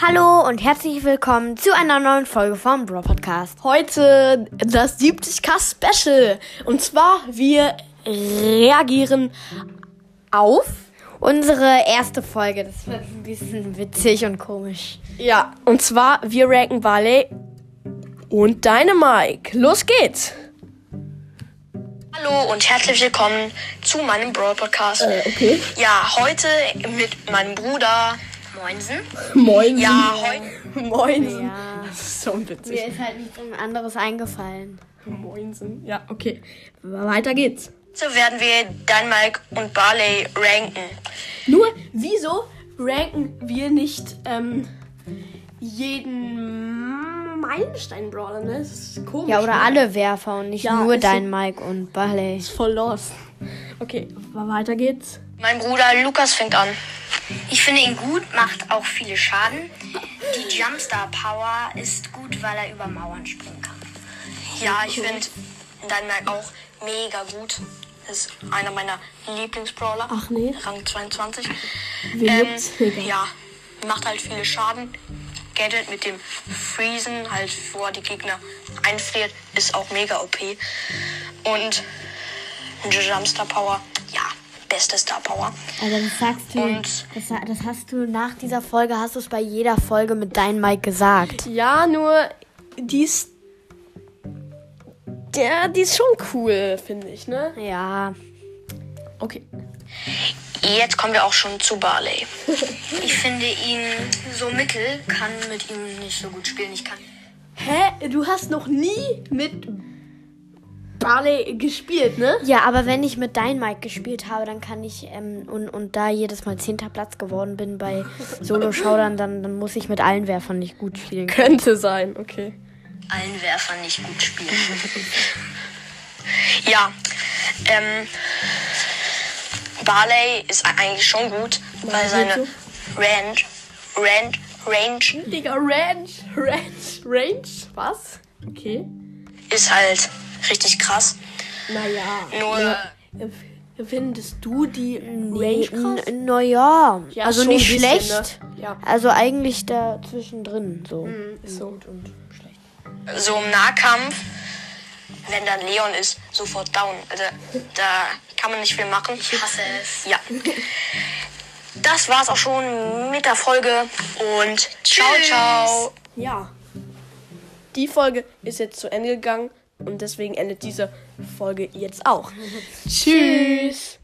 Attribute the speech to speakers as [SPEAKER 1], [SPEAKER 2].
[SPEAKER 1] Hallo und herzlich willkommen zu einer neuen Folge vom Bro Podcast.
[SPEAKER 2] Heute das 70k Special. Und zwar, wir reagieren auf.
[SPEAKER 1] Unsere erste Folge, das wird ein bisschen witzig und komisch.
[SPEAKER 2] Ja, und zwar, wir ranken Valley und Dynamike. Los geht's!
[SPEAKER 3] Hallo und herzlich willkommen zu meinem Brawl Podcast.
[SPEAKER 2] okay.
[SPEAKER 3] Ja, heute mit meinem Bruder Moinsen.
[SPEAKER 2] Moin.
[SPEAKER 3] Ja, heute
[SPEAKER 2] Moinsen.
[SPEAKER 1] Ja.
[SPEAKER 2] Das ist so witzig.
[SPEAKER 1] Mir ist halt nichts anderes eingefallen.
[SPEAKER 2] Moinsen. Ja, okay. Weiter geht's.
[SPEAKER 3] werden wir Dynamite und Barley ranken.
[SPEAKER 2] Nur, wieso ranken wir nicht ähm, jeden Meilenstein-Brawler, ne? Das ist komisch.
[SPEAKER 1] Ja,
[SPEAKER 2] ne?
[SPEAKER 1] oder alle Werfer und nicht
[SPEAKER 2] Ja,
[SPEAKER 1] nur
[SPEAKER 2] ist so-
[SPEAKER 1] dein Mike und Barley.
[SPEAKER 2] voll los. Okay, weiter geht's.
[SPEAKER 3] Mein Bruder Lukas fängt an.
[SPEAKER 4] Ich finde ihn gut, macht auch viele Schaden. Die Jumpstar Power ist gut, weil er über Mauern springen kann.
[SPEAKER 3] Ja, ich finde Dynamite auch mega gut. Ist einer meiner Lieblingsbrawler.
[SPEAKER 2] Ach nee.
[SPEAKER 3] Rang 22.
[SPEAKER 2] Wen gibt's? Digga.
[SPEAKER 3] Ähm, ja, macht halt viele Schaden. Gadget mit dem Freezen, halt vor die Gegner einfriert, ist auch mega OP. Und Jumpstar Power, ja, beste Star Power.
[SPEAKER 1] Also das sagst du,
[SPEAKER 3] Und-
[SPEAKER 1] das, das hast du nach dieser Folge, hast du es bei jeder Folge mit deinem Mike gesagt.
[SPEAKER 2] Ja, nur die ist. Der, die ist schon cool, finde ich, ne?
[SPEAKER 1] Ja,
[SPEAKER 2] Okay.
[SPEAKER 3] Jetzt kommen wir auch schon zu Barley.
[SPEAKER 4] Ich finde ihn so mittel, kann mit ihm nicht so gut spielen. Ich kann.
[SPEAKER 2] Hä? Du hast noch nie mit Barley gespielt, ne?
[SPEAKER 1] Ja, aber wenn ich mit Dein Mike gespielt habe, dann kann ich ähm, und, und da jedes Mal zehnter Platz geworden bin bei Solo-Showdown, dann, dann muss ich mit allen Werfern nicht gut spielen.
[SPEAKER 2] Könnte sein, okay.
[SPEAKER 4] Allen Werfern nicht gut spielen.
[SPEAKER 3] Ja, ähm, Barley ist e- eigentlich schon gut, weil seine Range, Range, Range
[SPEAKER 2] Digga, Range, Range, Range? Was? Okay.
[SPEAKER 3] ist halt richtig krass.
[SPEAKER 2] Naja.
[SPEAKER 3] Nur
[SPEAKER 2] Äh, Findest du die Range
[SPEAKER 1] Nee,
[SPEAKER 2] krass?
[SPEAKER 1] n- na ja,
[SPEAKER 2] Ja,
[SPEAKER 1] also
[SPEAKER 2] schon ein
[SPEAKER 1] nicht
[SPEAKER 2] bisschen,
[SPEAKER 1] schlecht.
[SPEAKER 2] ne? Ja. Mhm.
[SPEAKER 1] Also eigentlich da zwischendrin so.
[SPEAKER 2] Ist so gut und schlecht.
[SPEAKER 3] so im Nahkampf, wenn dann Leon ist, sofort down. Also da kann man nicht viel machen. Ich hasse es. Ja. Das war's auch schon mit der Folge und ciao, ciao.
[SPEAKER 2] Oh, Ja. Die Folge ist jetzt zu Ende gegangen und deswegen endet diese Folge jetzt auch. Tschüss.